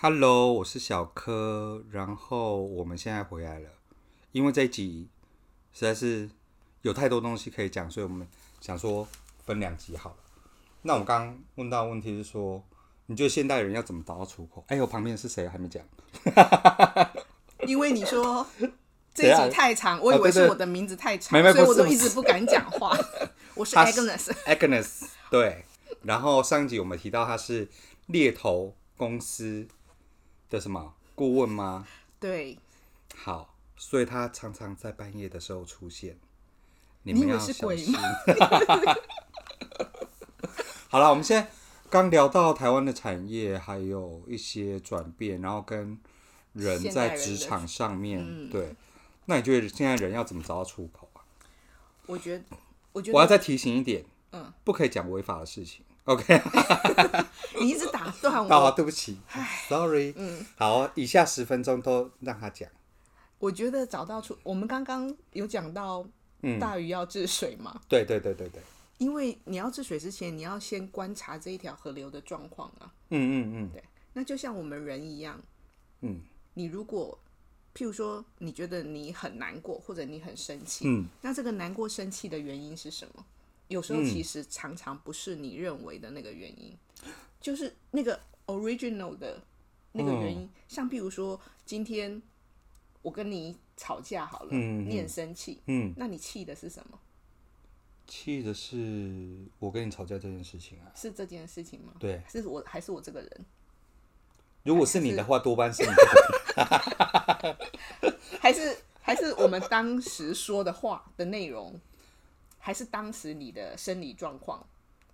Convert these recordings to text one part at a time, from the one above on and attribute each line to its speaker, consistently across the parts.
Speaker 1: Hello，我是小柯，然后我们现在回来了，因为这一集实在是有太多东西可以讲，所以我们想说分两集好了。那我刚刚问到的问题是说，你觉得现代人要怎么找到出口？哎，我旁边是谁还没讲？
Speaker 2: 因为你 说这
Speaker 1: 怎
Speaker 2: 一
Speaker 1: 样
Speaker 2: 集太长，我以
Speaker 1: 啊对
Speaker 2: 为
Speaker 1: 对
Speaker 2: 是我的名字太长，
Speaker 1: 没没
Speaker 2: 所以
Speaker 1: 不
Speaker 2: 我
Speaker 1: 是
Speaker 2: 都
Speaker 1: 不是
Speaker 2: 一直不敢讲话。 我是
Speaker 1: 他是
Speaker 2: Agnes，
Speaker 1: Agnes，对。然后上集我们提到他是猎头公司的什么顾问吗？
Speaker 2: 对，
Speaker 1: 好，所以他常常在半夜的时候出现。你
Speaker 2: 你
Speaker 1: 们
Speaker 2: 以为
Speaker 1: 要
Speaker 2: 是
Speaker 1: 小
Speaker 2: 鬼
Speaker 1: 心。 好了，我们现在刚聊到台湾的产业，还有一些转变，然后跟人
Speaker 2: 现代
Speaker 1: 在
Speaker 2: 人的嗯
Speaker 1: 职场上面，对。那你觉得现在人要怎么找到出口啊？
Speaker 2: 我觉得，我觉
Speaker 1: 我要
Speaker 2: 得
Speaker 1: 再提醒一点，嗯，不可以讲违法的事情。OK，
Speaker 2: 你一直打断
Speaker 1: 啊，
Speaker 2: 我。
Speaker 1: 对不起，sorry。嗯，好，以下十分钟都让他讲。
Speaker 2: 我觉得找到出，我们刚刚有讲到
Speaker 1: 嗯
Speaker 2: 大鱼要治水嘛，
Speaker 1: 对对对对对，
Speaker 2: 因为你要治水之前，你要先观察这一条河流的状况啊。
Speaker 1: 嗯嗯嗯，
Speaker 2: 对，那就像我们人一样，
Speaker 1: 嗯，
Speaker 2: 你如果譬如说你觉得你很难过，或者你很生气，
Speaker 1: 嗯，
Speaker 2: 那这个难过、生气的原因是什么？有时候其实常常不是你认为的那个原因，就是那个 original 的那
Speaker 1: 嗯
Speaker 2: 个原因。像譬如说，今天我跟你吵架好了，
Speaker 1: 嗯嗯
Speaker 2: 你很生气，
Speaker 1: 嗯，
Speaker 2: 那你气的是什么？
Speaker 1: 气的是我跟你吵架这件事情啊。
Speaker 2: 是这件事情吗？
Speaker 1: 对，
Speaker 2: 是我还是我这个人，
Speaker 1: 如果是你的话，多半 是你。
Speaker 2: 还是还是我们当时说的话的内容，还是当时你的生理状况，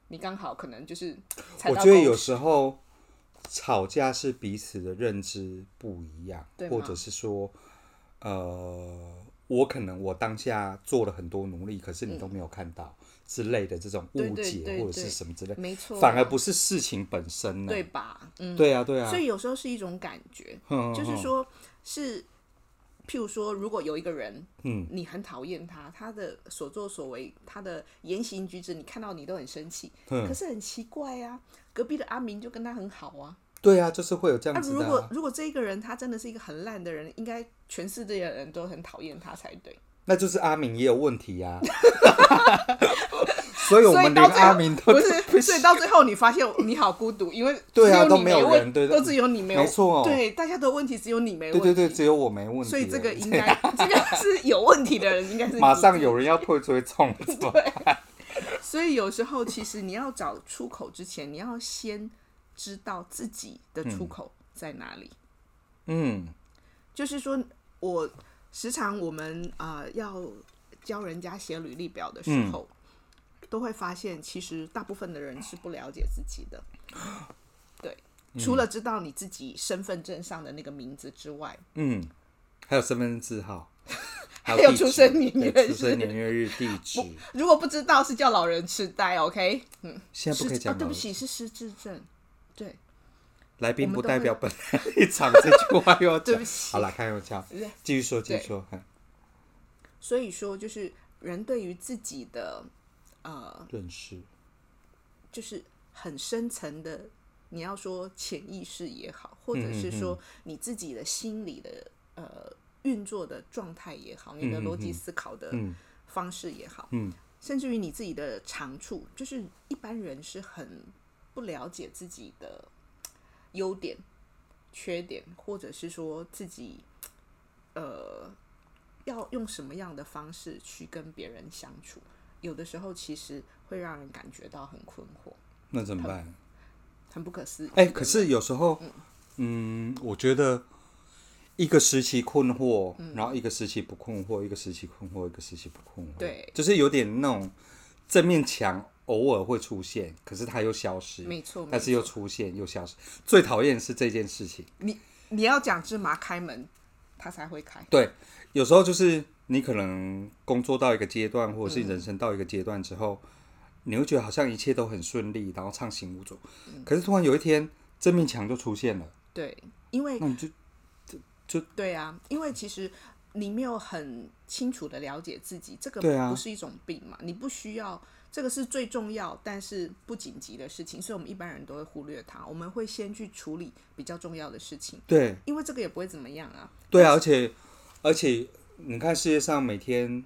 Speaker 2: 你刚好可能就是踩
Speaker 1: 我
Speaker 2: 到
Speaker 1: 觉得
Speaker 2: 沟
Speaker 1: 有时候吵架是彼此的认知不一样
Speaker 2: 对，吗
Speaker 1: 或者是说，呃，我可能我当下做了很多努力，可是你都没有看到之类的这种
Speaker 2: 嗯对
Speaker 1: 误
Speaker 2: 对
Speaker 1: 解
Speaker 2: 对
Speaker 1: 或者是
Speaker 2: 对
Speaker 1: 什么之类，
Speaker 2: 没错，
Speaker 1: 反而不是事情本身呢。
Speaker 2: 对吧？嗯，
Speaker 1: 对啊，对啊
Speaker 2: 所，以有时候是一种感觉，就是说是，譬如说，如果有一个人，嗯，你很讨厌他，他的所作所为，他的言行举止，你看到你都很生气，可是很奇怪啊，隔壁的阿明就跟他很好啊，
Speaker 1: 对啊，就是会有这
Speaker 2: 那
Speaker 1: 样子
Speaker 2: 如
Speaker 1: 的
Speaker 2: 果
Speaker 1: 啊，
Speaker 2: 如果这一个人他真的是一个很烂的人，应该全世界的人都很讨厌他才对。
Speaker 1: 那就是阿明也有问题呀。 所以我
Speaker 2: 所
Speaker 1: 们连
Speaker 2: 以到最
Speaker 1: 阿
Speaker 2: 后
Speaker 1: 明 都
Speaker 2: 不是，所以到最后你发现你好孤独，因为
Speaker 1: 对啊
Speaker 2: 只有
Speaker 1: 都
Speaker 2: 你
Speaker 1: 没
Speaker 2: 没
Speaker 1: 有
Speaker 2: 问
Speaker 1: 人对
Speaker 2: 都只有你没有，
Speaker 1: 没错哦
Speaker 2: 对，大家都有问题，只有你没问
Speaker 1: 对
Speaker 2: 题，
Speaker 1: 对对，只有我没问题。
Speaker 2: 所以这个应该 这个是有问题的人应该是你
Speaker 1: 马上。有人要退追踪，是 吧
Speaker 2: 所以有时候其实你要找出口之前，你要先知道自己的出口在哪里。
Speaker 1: 嗯
Speaker 2: 就是说我时常我们呃要教人家写履历表的时
Speaker 1: 嗯
Speaker 2: 候，都会发现其实大部分的人是不了解自己 的。对，
Speaker 1: 嗯
Speaker 2: 除了知道你自己身份证上的那个名字之外，
Speaker 1: 嗯，还有身份证字号，还
Speaker 2: 还有
Speaker 1: 地址
Speaker 2: 出生年月
Speaker 1: 对
Speaker 2: 日
Speaker 1: 出生年月日、地址。
Speaker 2: 如果不知道是叫老人痴呆，OK？
Speaker 1: 现在不可以
Speaker 2: 失啊，
Speaker 1: 讲老
Speaker 2: 对不
Speaker 1: 人。
Speaker 2: 起，是失智症。对，
Speaker 1: 来宾不
Speaker 2: 我们都
Speaker 1: 代
Speaker 2: 会
Speaker 1: 表本来 一场这句话又要讲
Speaker 2: 对不起
Speaker 1: 好啦，开玩 笑，继续说，继续说，嗯
Speaker 2: 所以说就是人对于自己的呃
Speaker 1: 认识。
Speaker 2: 就是很深层的，你要说潜意识也好，或者是说你自己的心理的呃运作的状态也好，你的逻辑思考的
Speaker 1: 嗯
Speaker 2: 方式也好，嗯，甚至于你自己的长处，就是一般人是很不了解自己的优点、缺点，或者是说自己呃要用什么样的方式去跟别人相处。有的时候其实会让人感觉到很困惑，
Speaker 1: 那怎么办？
Speaker 2: 很不可思议。
Speaker 1: 哎、可是有时候，嗯，我觉得一个时期困惑，
Speaker 2: 嗯
Speaker 1: 然后一个时期不困惑，一个时期困惑，一个时期不困惑，
Speaker 2: 对，
Speaker 1: 就是有点那种正面墙偶尔会出现，可是它又消失，
Speaker 2: 没错
Speaker 1: 但是又出现又消失。最讨厌是这件事情，
Speaker 2: 你你要讲芝麻开门，它才会开。
Speaker 1: 对，有时候就是你可能工作到一个阶段，或者是你人生到一个阶段之后，你会觉得好像一切都很顺利，然后畅行无阻，
Speaker 2: 嗯
Speaker 1: 可是突然有一天正面墙就出现了，
Speaker 2: 对，因为
Speaker 1: 那你就
Speaker 2: 对啊，因为其实你没有很清楚的了解自己，这个
Speaker 1: 对啊
Speaker 2: 不是一种病嘛，你不需要这个是最重要但是不紧急的事情，所以我们一般人都会忽略它。我们会先去处理比较重要的事情，
Speaker 1: 对
Speaker 2: 因为这个也不会怎么样啊。
Speaker 1: 对啊，而且而且你看世界上每天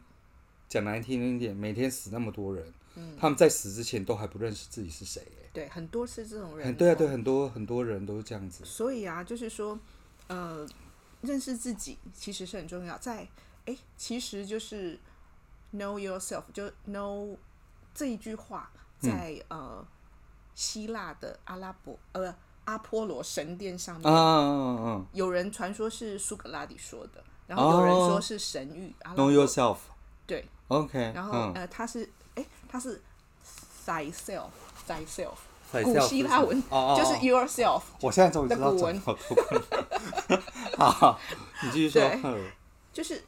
Speaker 1: 讲难听一点，每天死那么多人，
Speaker 2: 嗯
Speaker 1: 他们在死之前都还不认识自己是谁、欸
Speaker 2: 对，很多是这种人
Speaker 1: 很
Speaker 2: 的。
Speaker 1: 对啊，对，很多很多人都是这样子。
Speaker 2: 所以啊，就是说，呃，认识自己其实是很重要。在诶，其实就是 know yourself，就 know 这一句话
Speaker 1: 嗯
Speaker 2: 在、呃希腊的阿拉伯呃阿波罗神殿上面，
Speaker 1: 啊啊啊
Speaker 2: 有人传说是苏格拉底说的，然后有人说
Speaker 1: 哦
Speaker 2: 是神谕、阿
Speaker 1: 啊
Speaker 2: 拉
Speaker 1: ！Know
Speaker 2: 伯
Speaker 1: yourself。
Speaker 2: 对，
Speaker 1: OK。
Speaker 2: 然后、
Speaker 1: 嗯
Speaker 2: 呃他是诶，他是 thyself thyself，古
Speaker 1: Thyself
Speaker 2: 希腊文
Speaker 1: 是什么哦哦哦
Speaker 2: 就是 yourself。
Speaker 1: 我现在终于知道
Speaker 2: 的古
Speaker 1: 讲
Speaker 2: 文
Speaker 1: 好多关了。好，你继续说。
Speaker 2: 对
Speaker 1: 嗯
Speaker 2: 就是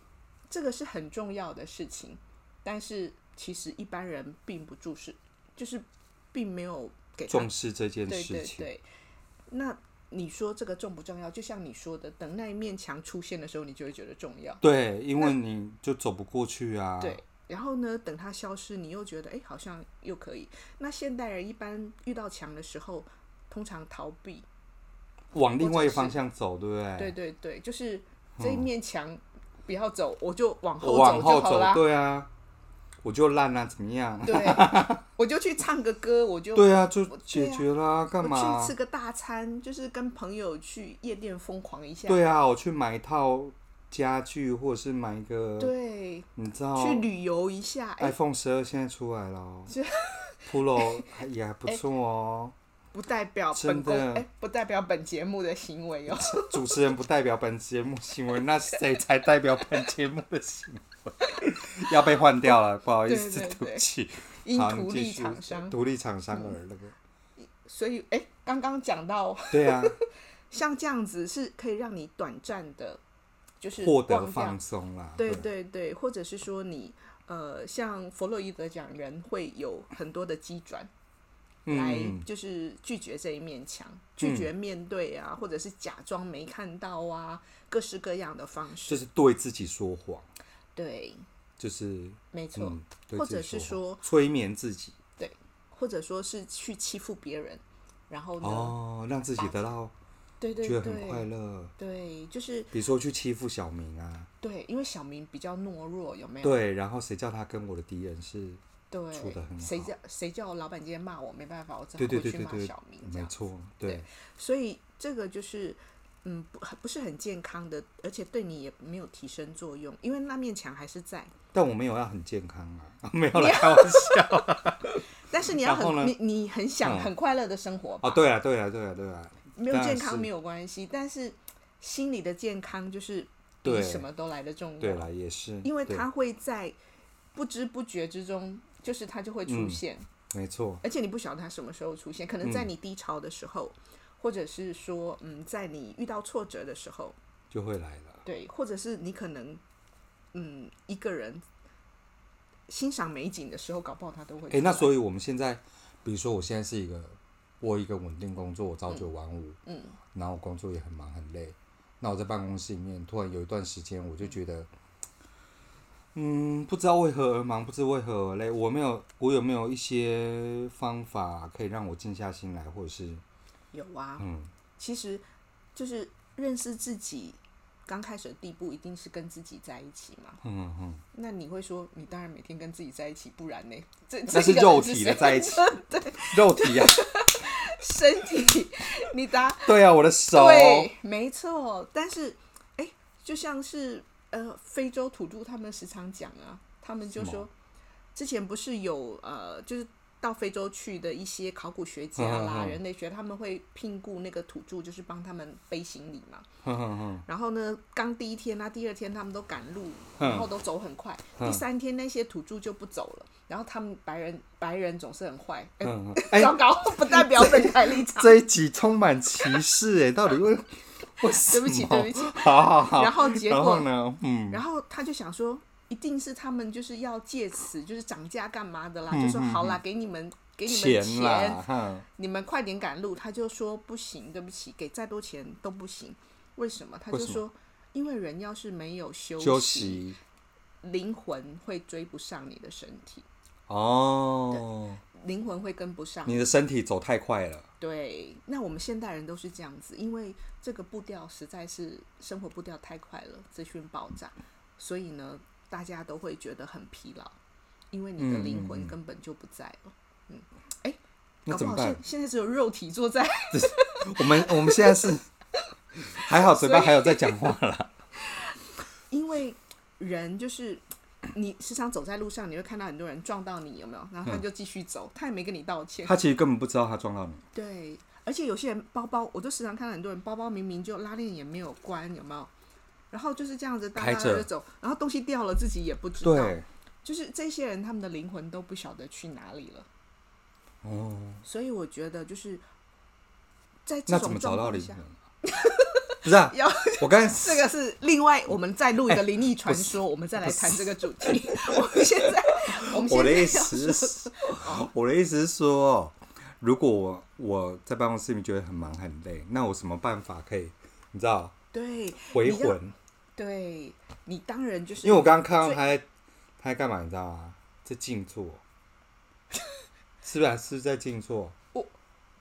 Speaker 2: 这个是很重要的事情，但是其实一般人并不重视，就是并没有给他
Speaker 1: 重视这件
Speaker 2: 对
Speaker 1: 事
Speaker 2: 对
Speaker 1: 情。
Speaker 2: 对。那你说这个重不重要？就像你说的，等那一面墙出现的时候，你就会觉得重要。
Speaker 1: 对，因为你就走不过去啊。
Speaker 2: 对，然后呢，等它消失，你又觉得哎，好像又可以。那现代人一般遇到墙的时候，通常逃避。
Speaker 1: 往另外一个方向走，对不对？
Speaker 2: 对对对，就是这一面墙不要走，我就往后
Speaker 1: 我嗯往
Speaker 2: 走
Speaker 1: 后
Speaker 2: 就好
Speaker 1: 走
Speaker 2: 啦，。
Speaker 1: 对啊，我就烂啊，怎么样？
Speaker 2: 对，我就去唱个歌，我就
Speaker 1: 对啊，就
Speaker 2: 我
Speaker 1: 解决啦，干
Speaker 2: 我
Speaker 1: 嘛
Speaker 2: 去？吃个大餐，就是跟朋友去夜店疯狂一下。
Speaker 1: 对啊，我去买一套家具，或者是买一个，
Speaker 2: 对
Speaker 1: 你知道
Speaker 2: 去旅游一下，哎、
Speaker 1: ，iPhone 十二现在出来了哦，Pro 还也还不错哦。
Speaker 2: 不代表本
Speaker 1: 真
Speaker 2: 公，
Speaker 1: 的
Speaker 2: 哎、不代表本节目的行为哦。
Speaker 1: 主持人不代表本节目行为，那谁才代表本节目的行为？ 要被换掉了，不好意思，
Speaker 2: 对对
Speaker 1: 不起。
Speaker 2: 因
Speaker 1: 好，你
Speaker 2: 图
Speaker 1: 继
Speaker 2: 利
Speaker 1: 续
Speaker 2: 厂商，嗯
Speaker 1: 独立厂商而那个，
Speaker 2: 所以哎，刚刚讲到
Speaker 1: 对啊，
Speaker 2: 像这样子是可以让你短暂的，就是
Speaker 1: 获得
Speaker 2: 忘掉
Speaker 1: 放松啦。
Speaker 2: 对对对，或者是说你呃，像弗洛伊德讲，人会有很多的机转。来
Speaker 1: 嗯，
Speaker 2: 就是拒绝这一面墙，拒绝面对啊，或者是假装没看到啊，各式各样的方式。
Speaker 1: 就是对自己说谎，
Speaker 2: 对，
Speaker 1: 就是
Speaker 2: 没错，
Speaker 1: 嗯，对
Speaker 2: 或
Speaker 1: 自己
Speaker 2: 者是
Speaker 1: 谎
Speaker 2: 说，
Speaker 1: 催眠自己
Speaker 2: 或者说是去欺负别人，然后呢，
Speaker 1: 哦，让自己得到
Speaker 2: 对对
Speaker 1: 觉得很快
Speaker 2: 对，
Speaker 1: 乐。
Speaker 2: 对，就是
Speaker 1: 比如说去欺负小明啊，
Speaker 2: 对，因为小明比较懦弱，有没有？
Speaker 1: 对，然后谁叫他跟我的敌人是，
Speaker 2: 对，
Speaker 1: 处得很好
Speaker 2: 谁叫谁叫老板今天骂我，没办法，我只好
Speaker 1: 对对
Speaker 2: 回
Speaker 1: 对
Speaker 2: 去
Speaker 1: 对
Speaker 2: 骂
Speaker 1: 对
Speaker 2: 小明，这
Speaker 1: 没
Speaker 2: 样。
Speaker 1: 错，对，
Speaker 2: 所以这个就是，嗯，不不是很健康的，而且对你也没有提升作用，因为那面墙还是在。
Speaker 1: 但我没有要很健康啊， 没有来开玩笑
Speaker 2: 但是你要
Speaker 1: 然后呢
Speaker 2: 很你你很想
Speaker 1: 嗯
Speaker 2: 很快乐的生活吧？
Speaker 1: 哦，对啊，对啊，对啊，对啊，
Speaker 2: 没有
Speaker 1: 当然
Speaker 2: 健康
Speaker 1: 是
Speaker 2: 没有关系，但是心理的健康就是比
Speaker 1: 对
Speaker 2: 什么都来得重
Speaker 1: 对
Speaker 2: 要，
Speaker 1: 啦，也是，
Speaker 2: 啊因为
Speaker 1: 对
Speaker 2: 它会在不知不觉之中，就是它就会出现，
Speaker 1: 没错，
Speaker 2: 而且你不晓得它什么时候出现，可能
Speaker 1: 嗯
Speaker 2: 在你低潮的时候，或者是说嗯，在你遇到挫折的时候，
Speaker 1: 就会来了。
Speaker 2: 对，或者是你可能嗯一个人欣赏美景的时候，搞不好它都会出
Speaker 1: 哎、
Speaker 2: 来。
Speaker 1: 那所以我们现在，比如说我现在是一个，我有一个稳定工作，我朝九晚五，
Speaker 2: 嗯，
Speaker 1: 然后我工作也很忙很累。那我在办公室里面，突然有一段时间，我就觉得，嗯，不知道为何而忙，不知为何而累。我没有，我有没有一些方法可以让我静下心来，或者是，
Speaker 2: 有啊，
Speaker 1: 嗯，
Speaker 2: 其实就是认识自己刚开始的第一步，一定是跟自己在一起嘛。
Speaker 1: 嗯嗯，
Speaker 2: 那你会说，你当然每天跟自己在一起，不然呢？这
Speaker 1: 那是
Speaker 2: 这个人
Speaker 1: 肉体的
Speaker 2: 谁
Speaker 1: 在一起，肉体啊，
Speaker 2: 身体，你答
Speaker 1: 对啊，我的手，
Speaker 2: 对，没错。但是，哎，就像是呃，非洲土著他们时常讲啊，他们就
Speaker 1: 什
Speaker 2: 说，之前不是有呃，就是。到非洲去的一些考古学家
Speaker 1: 嗯
Speaker 2: 啦、
Speaker 1: 嗯嗯
Speaker 2: 人类学，他们会聘雇那个土著，就是帮他们背行李嘛。
Speaker 1: 哼哼哼，
Speaker 2: 然后呢，刚第一天啊，第二天他们都赶路，
Speaker 1: 嗯
Speaker 2: 然后都走很快。
Speaker 1: 嗯
Speaker 2: 第三天那些土著就不走了，然后他们白人白人总是很坏，哎、
Speaker 1: 嗯，嗯哎、
Speaker 2: 糟糕，不代表本台立场，
Speaker 1: 这一集充满歧视、哎，到底为，为什
Speaker 2: 对
Speaker 1: 么？
Speaker 2: 不起，对不起。
Speaker 1: 好好好，
Speaker 2: 然后结
Speaker 1: 然后
Speaker 2: 果，
Speaker 1: 呢？嗯，
Speaker 2: 然后他就想说，一定是他们就是要借此就是涨价干嘛的啦，
Speaker 1: 嗯
Speaker 2: 就说
Speaker 1: 嗯
Speaker 2: 好啦，给你们给你们
Speaker 1: 钱啦，哈，
Speaker 2: 你们快点赶路。他就说不行，对不起，给再多钱都不行。为什么？他就
Speaker 1: 为什么
Speaker 2: 说，因为人要是没有休
Speaker 1: 休息
Speaker 2: 灵魂会追不上你的身体。
Speaker 1: 哦，
Speaker 2: 灵魂会跟不上。
Speaker 1: 你的身体走太快了，
Speaker 2: 对，那我们现代人都是这样子，因为这个步调实在是生活步调太快了，资讯爆炸，所以呢，大家都会觉得很疲劳，因为
Speaker 1: 嗯
Speaker 2: 你的灵魂根本就不在了。嗯，哎、
Speaker 1: 那
Speaker 2: 搞不
Speaker 1: 怎么
Speaker 2: 好
Speaker 1: 办
Speaker 2: 现？现在只有肉体坐在，
Speaker 1: 我们我们现在是还好，嘴巴还有在讲话啦。
Speaker 2: 因为人就是。你时常走在路上，你会看到很多人撞到你，有没有？然后他
Speaker 1: 嗯
Speaker 2: 就继续走，他也没跟你道歉。
Speaker 1: 他其实根本不知道他撞到你。
Speaker 2: 对，而且有些人包包，我就时常看到很多人包包明明就拉链也没有关，有没有？然后就是这样子哒哒
Speaker 1: 开着
Speaker 2: 哒就走，然后东西掉了自己也不知道，
Speaker 1: 对，
Speaker 2: 就是这些人他们的灵魂都不晓得去哪里了。
Speaker 1: 哦，
Speaker 2: 所以我觉得就是在这
Speaker 1: 那怎
Speaker 2: 种
Speaker 1: 么
Speaker 2: 状
Speaker 1: 找到
Speaker 2: 况
Speaker 1: 灵
Speaker 2: 下
Speaker 1: 魂，啊？不是啊
Speaker 2: 要，
Speaker 1: 我刚
Speaker 2: 这
Speaker 1: 才
Speaker 2: 个是另外我们再录
Speaker 1: 哎
Speaker 2: 一个灵异传说，我们再来谈这 个主题。我们现在我们现
Speaker 1: 我
Speaker 2: 在
Speaker 1: 的
Speaker 2: 要
Speaker 1: 意思是，我的意思是说，如果我我在办公室里面觉得很忙很累，那我什么办法可以，你知道
Speaker 2: 对
Speaker 1: 回
Speaker 2: 你要
Speaker 1: 魂？
Speaker 2: 对，你当然就是
Speaker 1: 因为我刚刚看到他在他在干嘛，你知道吗？在静坐， 是不是啊？是不是在静坐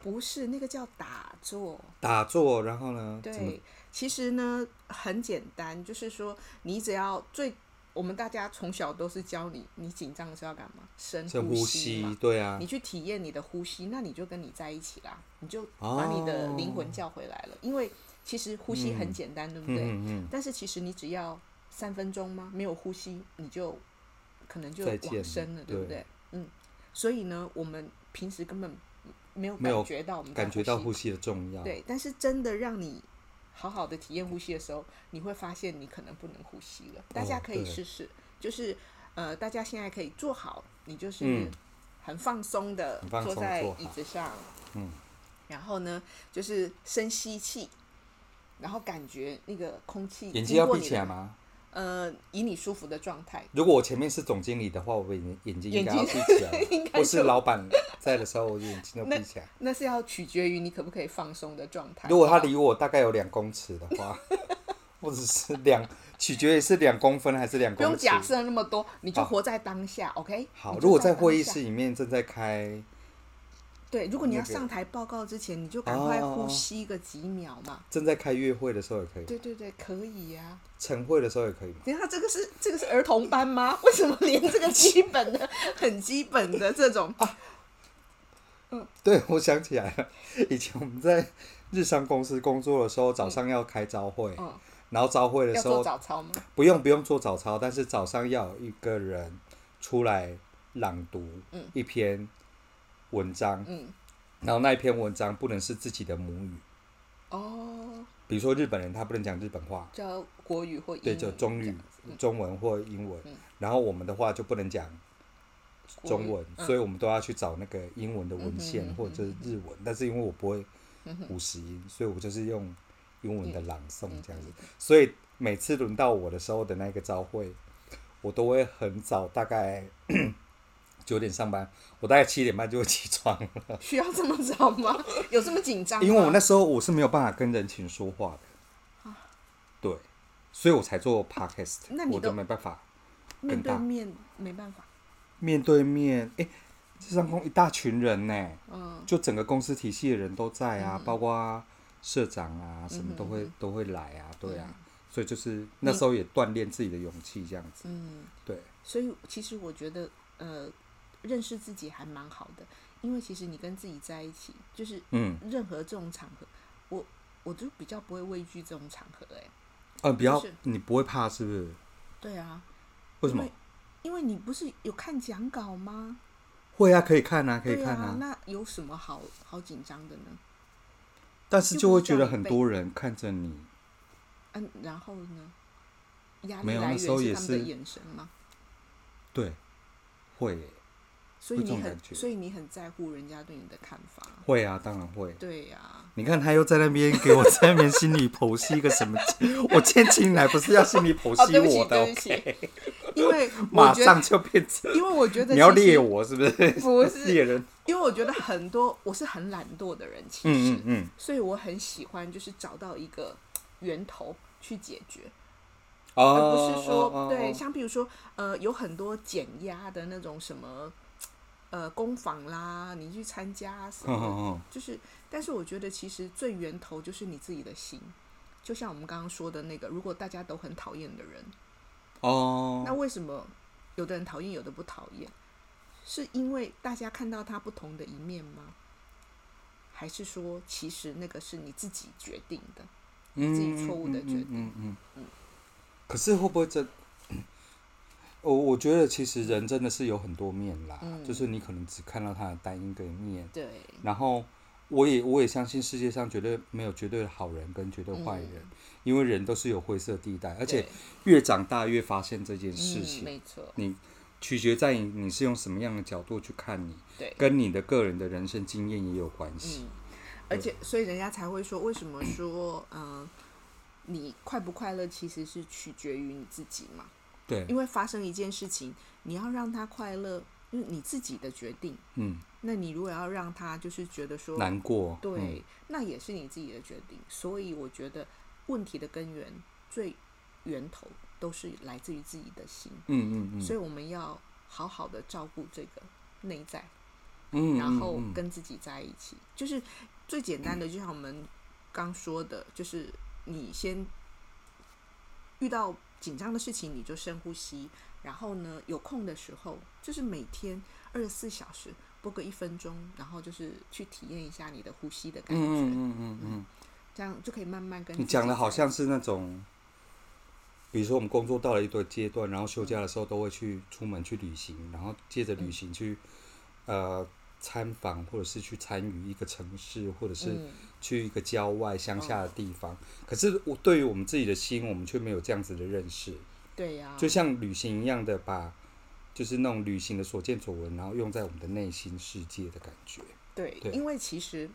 Speaker 2: 不是那个叫打坐。
Speaker 1: 打坐，然后呢？怎么
Speaker 2: 对，其实呢很简单，就是说你只要最，我们大家从小都是教你，你紧张的时候要干嘛？深
Speaker 1: 深
Speaker 2: 呼
Speaker 1: 呼
Speaker 2: 吸
Speaker 1: 吸
Speaker 2: 嘛。，
Speaker 1: 对啊
Speaker 2: 你，去体验你的呼吸，那你就跟你在一起啦，你就把你的灵魂叫回来了。因为其实呼吸很简单，对不
Speaker 1: 哦嗯
Speaker 2: 对？
Speaker 1: 嗯
Speaker 2: 但是其实你只要三分钟吗？没有呼吸，你就可能就
Speaker 1: 再见
Speaker 2: 往生了，
Speaker 1: 了
Speaker 2: 对不
Speaker 1: 对
Speaker 2: 对？嗯，所以呢，我们平时根本没有
Speaker 1: 没有
Speaker 2: 感觉到我们
Speaker 1: 嗯，
Speaker 2: 在
Speaker 1: 感觉到
Speaker 2: 吸
Speaker 1: 呼吸的重要。
Speaker 2: 对，但是真的让你好好的体验呼吸的时候，你会发现你可能不能呼吸了。大家可以
Speaker 1: 哦对
Speaker 2: 试试，就是呃，大家现在可以坐好，你就是
Speaker 1: 嗯
Speaker 2: 很放松的
Speaker 1: 很放
Speaker 2: 坐
Speaker 1: 松
Speaker 2: 在
Speaker 1: 坐
Speaker 2: 椅
Speaker 1: 好
Speaker 2: 子上，
Speaker 1: 嗯，
Speaker 2: 然后呢，就是深吸气，然后感觉那个空气
Speaker 1: 眼
Speaker 2: 经
Speaker 1: 睛要
Speaker 2: 过
Speaker 1: 闭
Speaker 2: 你
Speaker 1: 起
Speaker 2: 的
Speaker 1: 来吗？
Speaker 2: 呃，以你舒服的状态，
Speaker 1: 如果我前面是总经理的话，我眼眼睛应该要
Speaker 2: 眼
Speaker 1: 闭
Speaker 2: 睛
Speaker 1: 起来
Speaker 2: 应该；就
Speaker 1: 我是老板在的时候，我眼睛都闭起来。
Speaker 2: 那是要取决于你可不可以放松的状 态。
Speaker 1: 如果他
Speaker 2: 好
Speaker 1: 离我大概有两公尺的话， 或者是两，取决于是两公分还是两
Speaker 2: 不用
Speaker 1: 公尺。
Speaker 2: 假设那么多，你就
Speaker 1: 好
Speaker 2: 活在当下，OK？
Speaker 1: 好，
Speaker 2: 你就
Speaker 1: 如果在
Speaker 2: 当
Speaker 1: 会议
Speaker 2: 下
Speaker 1: 室里面正在开，
Speaker 2: 对，如果你要
Speaker 1: 那个
Speaker 2: 上台报告之前，你就赶快
Speaker 1: 哦哦
Speaker 2: 呼
Speaker 1: 哦
Speaker 2: 吸个几秒嘛。
Speaker 1: 正在开月会的时候也可以，
Speaker 2: 对对对，可以呀、
Speaker 1: 晨会的时候也可以吗？
Speaker 2: 等一下，这个是这个是儿童班吗？为什么连这个基本的、很基本的这种
Speaker 1: 哦对，我想起来了，以前我们在日商公司工作的时候，早上要开朝会，
Speaker 2: 嗯
Speaker 1: 然后朝会的
Speaker 2: 要
Speaker 1: 时
Speaker 2: 做
Speaker 1: 候
Speaker 2: 早操吗？
Speaker 1: 不用不用做早操，但是早上要有一个人出来朗读
Speaker 2: 嗯
Speaker 1: 一篇文章，
Speaker 2: 嗯，
Speaker 1: 然后那一篇文章不能是自己的母语，
Speaker 2: 哦，
Speaker 1: 比如说日本人他不能讲日本话，
Speaker 2: 叫国语或英语
Speaker 1: 对，就中
Speaker 2: 嗯这
Speaker 1: 语
Speaker 2: 样、
Speaker 1: 中文或英文
Speaker 2: 嗯，
Speaker 1: 然后我们的话就不能讲
Speaker 2: 国
Speaker 1: 中
Speaker 2: 语
Speaker 1: 文，
Speaker 2: 嗯
Speaker 1: 所以我们都要去找那个英文的文献
Speaker 2: 嗯哼嗯
Speaker 1: 或者是日文，但是因为我不会五十音，所以我就是用英文的朗诵
Speaker 2: 嗯
Speaker 1: 这样子，所以每次轮到我的时候的那个朝会，我都会很早，大概 九点上班，我大概七点半就会起床了，
Speaker 2: 需要这么早吗？有这么紧张吗？
Speaker 1: 因为我那时候我是没有办法跟人群说话的，对，所以我才做 podcast，
Speaker 2: 啊那你
Speaker 1: 我都
Speaker 2: 都
Speaker 1: 没办法
Speaker 2: 面
Speaker 1: 更大
Speaker 2: 对面没办法，
Speaker 1: 面对面，哎、这上空一大群人呢、
Speaker 2: 嗯
Speaker 1: 就整个公司体系的人都在啊，包括社长啊，什么都会、
Speaker 2: 嗯
Speaker 1: 都会来啊，对啊，所以就是那时候也锻炼自己的勇气，这样子，
Speaker 2: 嗯。
Speaker 1: 对，
Speaker 2: 所以其实我觉得，呃，认识自己还蛮好的，因为其实你跟自己在一起，就是
Speaker 1: 嗯，
Speaker 2: 任何这种场合，我我就比较不会畏惧这种场合、哎，
Speaker 1: 呃，比较
Speaker 2: 就是
Speaker 1: 你不会怕是不是？
Speaker 2: 对啊，
Speaker 1: 为什
Speaker 2: 因
Speaker 1: 么
Speaker 2: 为？因为你不是有看讲稿吗？
Speaker 1: 会啊，可以看啊，可以
Speaker 2: 对
Speaker 1: 看
Speaker 2: 啊，那有什么好好紧张的呢？
Speaker 1: 但是
Speaker 2: 又
Speaker 1: 就
Speaker 2: 不
Speaker 1: 会
Speaker 2: 是
Speaker 1: 觉
Speaker 2: 叫
Speaker 1: 得
Speaker 2: 你
Speaker 1: 很
Speaker 2: 背
Speaker 1: 多人看着你，
Speaker 2: 嗯，然后呢？压力
Speaker 1: 没有
Speaker 2: 来
Speaker 1: 那
Speaker 2: 源
Speaker 1: 时候也
Speaker 2: 他们的
Speaker 1: 是
Speaker 2: 眼神吗？
Speaker 1: 对，会耶
Speaker 2: 所以
Speaker 1: 会这
Speaker 2: 你
Speaker 1: 种
Speaker 2: 很
Speaker 1: 感，觉
Speaker 2: 所以你很在乎人家对你的看法。
Speaker 1: 会啊，当然会。
Speaker 2: 对 呀、啊，
Speaker 1: 你看他又在那边给我在那边心理剖析个什么？我今天进来不是要心理剖
Speaker 2: 哦，
Speaker 1: 析
Speaker 2: 对不起，
Speaker 1: 我的
Speaker 2: 对
Speaker 1: ，OK，
Speaker 2: 不起，因为我
Speaker 1: 马
Speaker 2: 觉得，
Speaker 1: 上就变成
Speaker 2: 因为我觉得
Speaker 1: 你要
Speaker 2: 其实
Speaker 1: 猎我是不是？
Speaker 2: 不 是
Speaker 1: 猎人，
Speaker 2: 因为我觉得很多我是很懒惰的人，其实，
Speaker 1: 嗯嗯嗯，
Speaker 2: 所以我很喜欢就是找到一个源头去解决，
Speaker 1: 哦，
Speaker 2: 而不是说、
Speaker 1: 哦
Speaker 2: 对，
Speaker 1: 哦
Speaker 2: 像比如说呃，有很多减压的那种什么。呃工坊啦，你去参加啊什么
Speaker 1: 哼
Speaker 2: 的
Speaker 1: 哼哼，
Speaker 2: 就是，但是我觉得其实最源头就是你自己的心。就像我们刚刚说的那个，如果大家都很讨厌的人，那
Speaker 1: 哦，
Speaker 2: 为什么有的人讨厌，有的不讨厌？是因为大家看到他不同的一面吗？还是说，其实那个是你自己决定的？
Speaker 1: 嗯
Speaker 2: 自己错误的决定
Speaker 1: 嗯嗯嗯嗯可是会不会真？我我觉得其实人真的是有很多面啦，
Speaker 2: 嗯
Speaker 1: 就是你可能只看到他的单一个面，
Speaker 2: 对，
Speaker 1: 然后我也我也相信世界上绝对没有绝对的好人跟绝对坏人，因为人都是有灰色地带，而且
Speaker 2: 嗯对
Speaker 1: 越长大越发现这件事
Speaker 2: 嗯，
Speaker 1: 情，
Speaker 2: 没错，
Speaker 1: 你取决在于你是用什么样的角度去看你，
Speaker 2: 对，
Speaker 1: 跟你的个人的人生经验也有关系。
Speaker 2: 嗯，而且所以人家才会说，为什么说，嗯、你快不快乐其实是取决于你自己嘛？
Speaker 1: 对，
Speaker 2: 因为发生一件事情，你要让他快乐，就是你自己的决定。
Speaker 1: 嗯，
Speaker 2: 那你如果要让他就是觉得说，
Speaker 1: 难嗯过，
Speaker 2: 对，那也是你自己的决定。所以我觉得问题的根源、最源头都是来自于自己的心，
Speaker 1: 嗯，嗯嗯嗯，
Speaker 2: 所以我们要好好的照顾这个内在，
Speaker 1: 嗯，
Speaker 2: 然后
Speaker 1: 嗯嗯
Speaker 2: 跟自己在一起，就是最简单的，就像我们刚说的，就是你先遇到紧张的事情，你就深呼吸，然后呢，有空的时候，就是每天二十四小时播个一分钟，然后就是去体验一下你的呼吸的感觉，
Speaker 1: 嗯嗯嗯嗯
Speaker 2: 这样就可以慢慢跟
Speaker 1: 嗯，你
Speaker 2: 自
Speaker 1: 讲
Speaker 2: 己
Speaker 1: 的好
Speaker 2: 在
Speaker 1: 像是那种。比如说，我们工作到了一个阶段，然后休假的时候都会去出门去旅行，然后接着
Speaker 2: 嗯
Speaker 1: 旅行去，呃，参访或者是去参与一个城市，或者是
Speaker 2: 嗯
Speaker 1: 去一个郊外乡下的地方。可是我对于我们自己的心，我们却没有这样子的认识，
Speaker 2: 对呀、
Speaker 1: 就像旅行一样的把。就是那种旅行的所见所闻，然后用在我们的内心世界的感觉。
Speaker 2: 对，
Speaker 1: 对
Speaker 2: 因为其实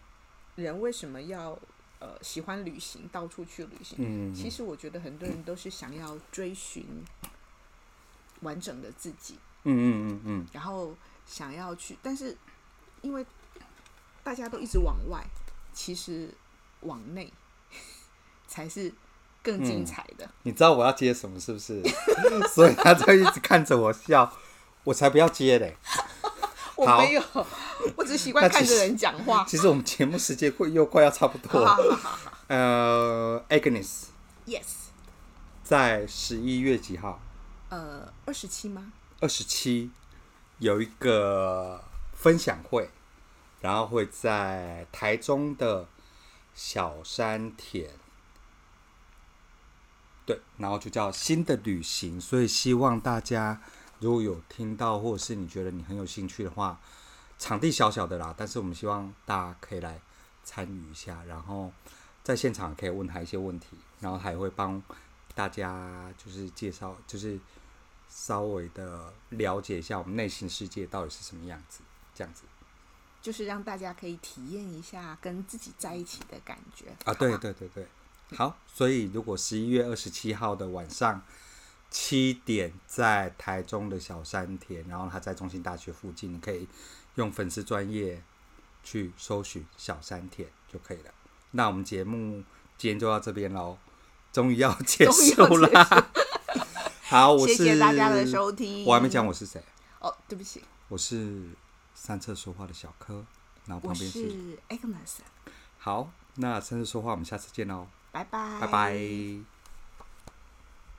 Speaker 2: 人为什么要呃喜欢旅行，到处去旅行？
Speaker 1: 嗯，
Speaker 2: 其实我觉得很多人都是想要追寻完整的自己，
Speaker 1: 嗯嗯嗯嗯，
Speaker 2: 然后想要去，但是因为大家都一直往外，其实往内 才是更
Speaker 1: 嗯
Speaker 2: 精彩的。
Speaker 1: 你知道我要接什么是不是？ 所以他就一直看着我笑，我才不要接嘞。
Speaker 2: 我
Speaker 1: 好
Speaker 2: 没有，我只是习惯
Speaker 1: 那其
Speaker 2: 看着
Speaker 1: 实
Speaker 2: 人讲 话。
Speaker 1: 其实我们节目时间快又快要差不多
Speaker 2: 好好
Speaker 1: 了。
Speaker 2: 好好好
Speaker 1: 呃，Agnes
Speaker 2: ，yes，
Speaker 1: 在十一月几号？
Speaker 2: 呃，二十七吗？
Speaker 1: 二十七有一个分享会，然后会在台中的小山田，对，然后就叫新的旅行，所以希望大家如果有听到，或者是你觉得你很有兴趣的话，场地小小的啦，但是我们希望大家可以来参与一下，然后在现场可以问他一些问题，然后还会帮大家就是介绍，就是稍微的了解一下我们内心世界到底是什么样子，这样子
Speaker 2: 就是让大家可以体验一下跟自己在一起的感觉
Speaker 1: 啊，对对对对，好，所以如果十一月二十七号的晚上七点在台中的小山田，然后它在中心大学附近，你可以用粉丝专业去搜寻小山田就可以了。那我们节目今天就到这边喽，终于要结
Speaker 2: 终于
Speaker 1: 束
Speaker 2: 要结
Speaker 1: 了。 好，我
Speaker 2: 谢
Speaker 1: 是
Speaker 2: 谢大家的收听。
Speaker 1: 我还没讲我是谁，
Speaker 2: 哦，对不起，
Speaker 1: 我是三侧说话的小柯，然后
Speaker 2: 我
Speaker 1: 旁边是
Speaker 2: 是 Agnes，
Speaker 1: 好，那三侧说话，我们下次见喽，哦
Speaker 2: 拜拜，
Speaker 1: 拜拜